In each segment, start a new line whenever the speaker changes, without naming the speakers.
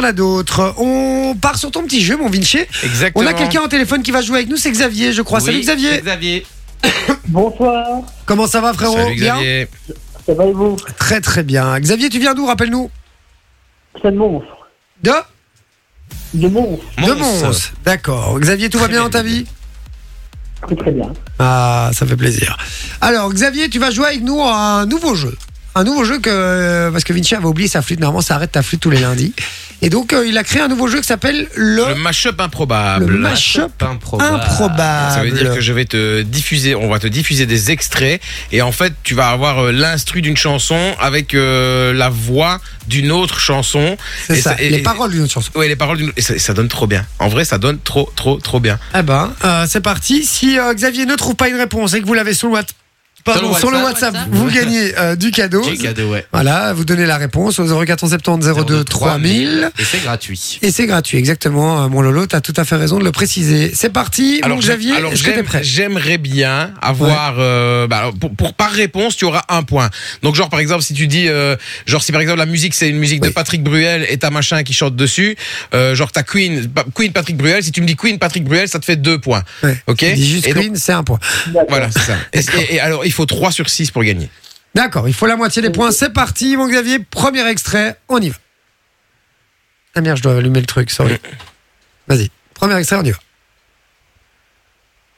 On en a d'autres. On part sur ton petit jeu, mon Vinci.
Exactement.
On a quelqu'un au téléphone qui va jouer avec nous, c'est Xavier, je crois.
Oui,
Salut
c'est
Xavier.
Xavier.
Bonsoir,
Comment ça va, frérot
Salut
Bien
Xavier.
ça va et vous
Très très bien. Xavier, tu viens d'où Rappelle-nous.
C'est de monstre.
De
De monstre,
De
Mons.
Mons. D'accord. Xavier, tout va
Très
bien
bien,
dans ta vie
très très bien.
Ah, ça fait plaisir. Alors, Xavier, tu vas jouer avec nous à un nouveau jeu. Un nouveau jeu que. euh, Parce que Vinci avait oublié sa flûte. Normalement, ça arrête ta flûte tous les lundis. Et donc, euh, il a créé un nouveau jeu qui s'appelle le.
Le mashup improbable.
Le mash-up
improbable.
improbable.
Ça veut dire que je vais te diffuser, on va te diffuser des extraits et en fait tu vas avoir euh, l'instru d'une chanson avec euh, la voix d'une autre chanson.
C'est
et
ça,
ça- et-
les
et-
paroles d'une chanson.
Ouais, les paroles d'une. et Ça, ça donne trop bien. En vrai, ça donne trop, trop, trop bien.
Eh ben, euh, c'est parti. Si euh, Xavier ne trouve pas une réponse et que vous l'avez sur le WhatsApp, pardon, sur le WhatsApp, vous gagnez euh, du cadeau.
ouais.
Voilà, vous donnez la réponse au 0470 02 3000.
Et c'est gratuit.
Et c'est gratuit, exactement. euh, Mon Lolo, t'as tout à fait raison de le préciser. C'est parti, alors,
Alors,
mon Xavier,
alors,
est-ce que t'es
j'aime-
prêt
J'aimerais bien avoir euh, bah, alors, pour, pour- par réponse, tu auras un point. Donc genre par exemple, si tu dis euh, genre si par exemple la musique c'est une musique de
Oui.
Patrick Bruel et t'as machin qui chante dessus, euh, genre t'as Queen pa- Queen Patrick Bruel. Si tu me dis Queen Patrick Bruel, ça te fait deux points.
Ouais.
Ok.
Tu dis juste
et donc,
Queen, c'est un point.
D'accord.
voilà, c'est ça. Et, et- et alors il faut 3 sur 6 pour gagner.
D'accord, il faut la moitié des points. C'est parti, mon Xavier. Premier extrait, on y va. Ah merde, je dois allumer le truc, sorry. Vas-y, premier extrait, on y va.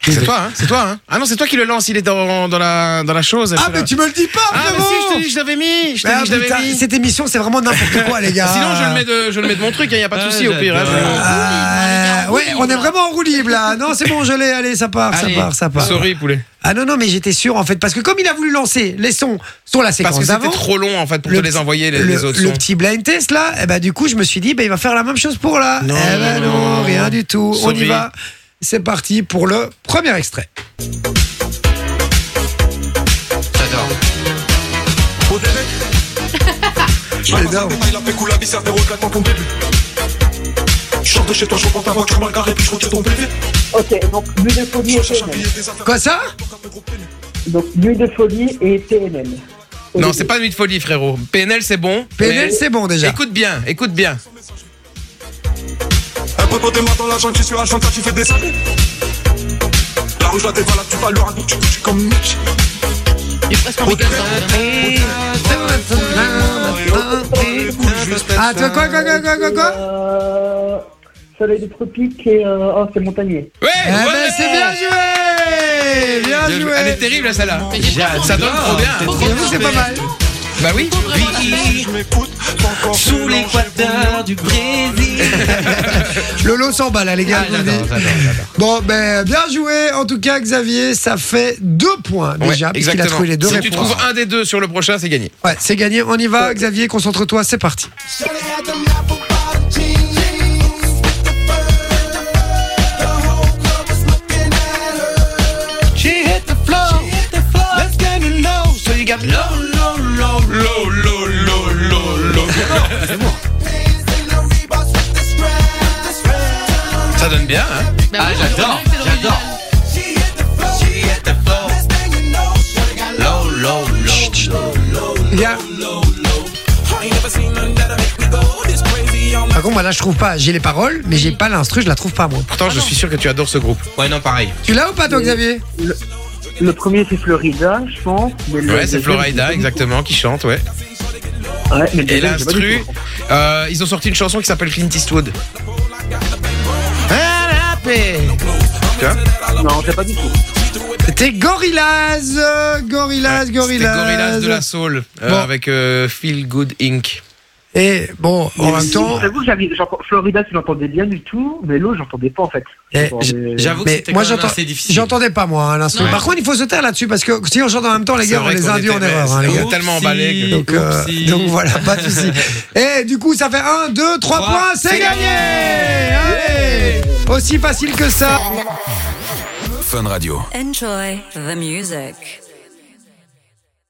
C'est toi, hein C'est toi, hein Ah non, c'est toi qui le lance. Il est dans, dans la dans la chose.
Ah, mais tu me le dis pas,
Ah, mais
vraiment
si, je t'ai dit, je l'avais mis. Je t'ai
Ah,
dit, je l'avais
putain,
mis. Ah,
cette émission, c'est vraiment n'importe quoi, les gars.
Sinon, je le mets de, je le mets de mon truc. Il n'y a pas de
Ah,
souci au pire. hein, je le mets.
Ah,
On est en roue
ouais,
libre,
on est
là.
vraiment en roue libre là. Non, c'est bon, je l'ai. Allez, ça part,
Allez,
ça part, ça part.
Sorry, poulet.
Ah non, non, mais j'étais sûr en fait, parce que comme il a voulu lancer les sons sur la
Parce que
séquence
c'était
d'avant,
trop long en fait pour
le
te les
petit-
envoyer les,
le,
les autres
le
sons.
petit blind test là, eh ben, du coup, je me suis dit, ben, il va faire la même chose pour là.
Non,
eh ben, non,
non.
rien du tout. On y
Sorry.
va. C'est parti pour le premier extrait.
J'adore.
J'adore.
Chante de chez toi, je prends ta voiture mal garée, puis je retire ton PV.
Ok, donc Nuit de folie
Je
et
cherche un billet
TNM.
des affaires.
Quoi ça
Donc Nuit de folie et TNM.
Non, c'est pas nuit de folie, frérot. PNL, c'est bon.
PNL,
mais-
c'est bon déjà.
Écoute bien, écoute bien.
Un peu de demain dans la jungle, je suis à Atlanta, tu fais des années. La rouge, la dévalade, tu vas le raconter, tu couches comme Mitch.
Il est presque en
Eh, Ah, tu vois quoi, quoi, quoi, quoi, quoi, quoi
Euh, Soleil des tropiques et euh, oh, c'est montagnier.
Ouais,
Eh
ouais.
ben, c'est bien joué Bien
Bien joué.
joué
Elle est terrible, là, celle-là. Ça donne trop bien.
J'avoue, c'est pas mal.
Bah oui.
Si je m'écoute, pas encore
Sous
mélangé,
l'équateur du Brésil.
Lolo s'en bat là, hein, les
Ah,
gars. je vous le dis. Bon, ben, bien joué. En tout cas, Xavier, ça fait deux points
Ouais,
déjà, puisqu'il a
exactement.
trouvé les deux
si tu
réponses.
trouves un des deux sur le prochain, c'est gagné.
Ouais, c'est gagné. On y va, Xavier, concentre-toi, c'est parti.
Lo, lo, lo, lo, lo. Ça donne bien, hein.
Ah, j'adore, j'adore.
Il y a- Par contre, moi là, je trouve pas. J'ai les paroles, mais j'ai pas l'instru, je la trouve pas, moi.
Pourtant, je suis sûr que tu adores ce groupe. Ouais, non, pareil.
Tu l'as ou pas, toi, Xavier
Le premier c'est Florida, je pense. mais le
Ouais, c'est
deuxième,
Florida,
je sais pas du
exactement, qui chante, ouais.
tout. Ouais,
Eh ben,
mais le
Et
deuxième, je sais pas du
l'instru,
tout.
euh, ils ont sorti une chanson qui s'appelle Clint Eastwood.
Non, c'est pas du tout.
C'était Gorillaz, euh, Gorillaz,
C'était
Gorillaz.
Gorillaz de la Soul euh,
Bon.
avec euh, Feel Good Inc.
Et bon, en même temps.
J'avoue, j'avais- j'entends- Florida, tu l'entendais bien du tout, mais l'eau, j'entendais pas en fait.
Eh,
J'entendais-
J'avoue que
Mais
c'était
moi,
quand même
j'entends-
assez difficile.
J'entendais pas moi hein, l'instru.
Non.
Par contre, il faut se taire là-dessus parce que si on chante en même temps, les
C'est
gars, on
vrai
les
qu'on
induit en
était-
erreur. hein, les
on
gars.
était tellement emballé que-
Donc, euh,
Oupsie.
donc voilà, pas de souci. Et du coup, ça fait 1, 2, 3
Trois,
points, c'est
c'est
gagné Allez Aussi facile que ça
Enjoy the music.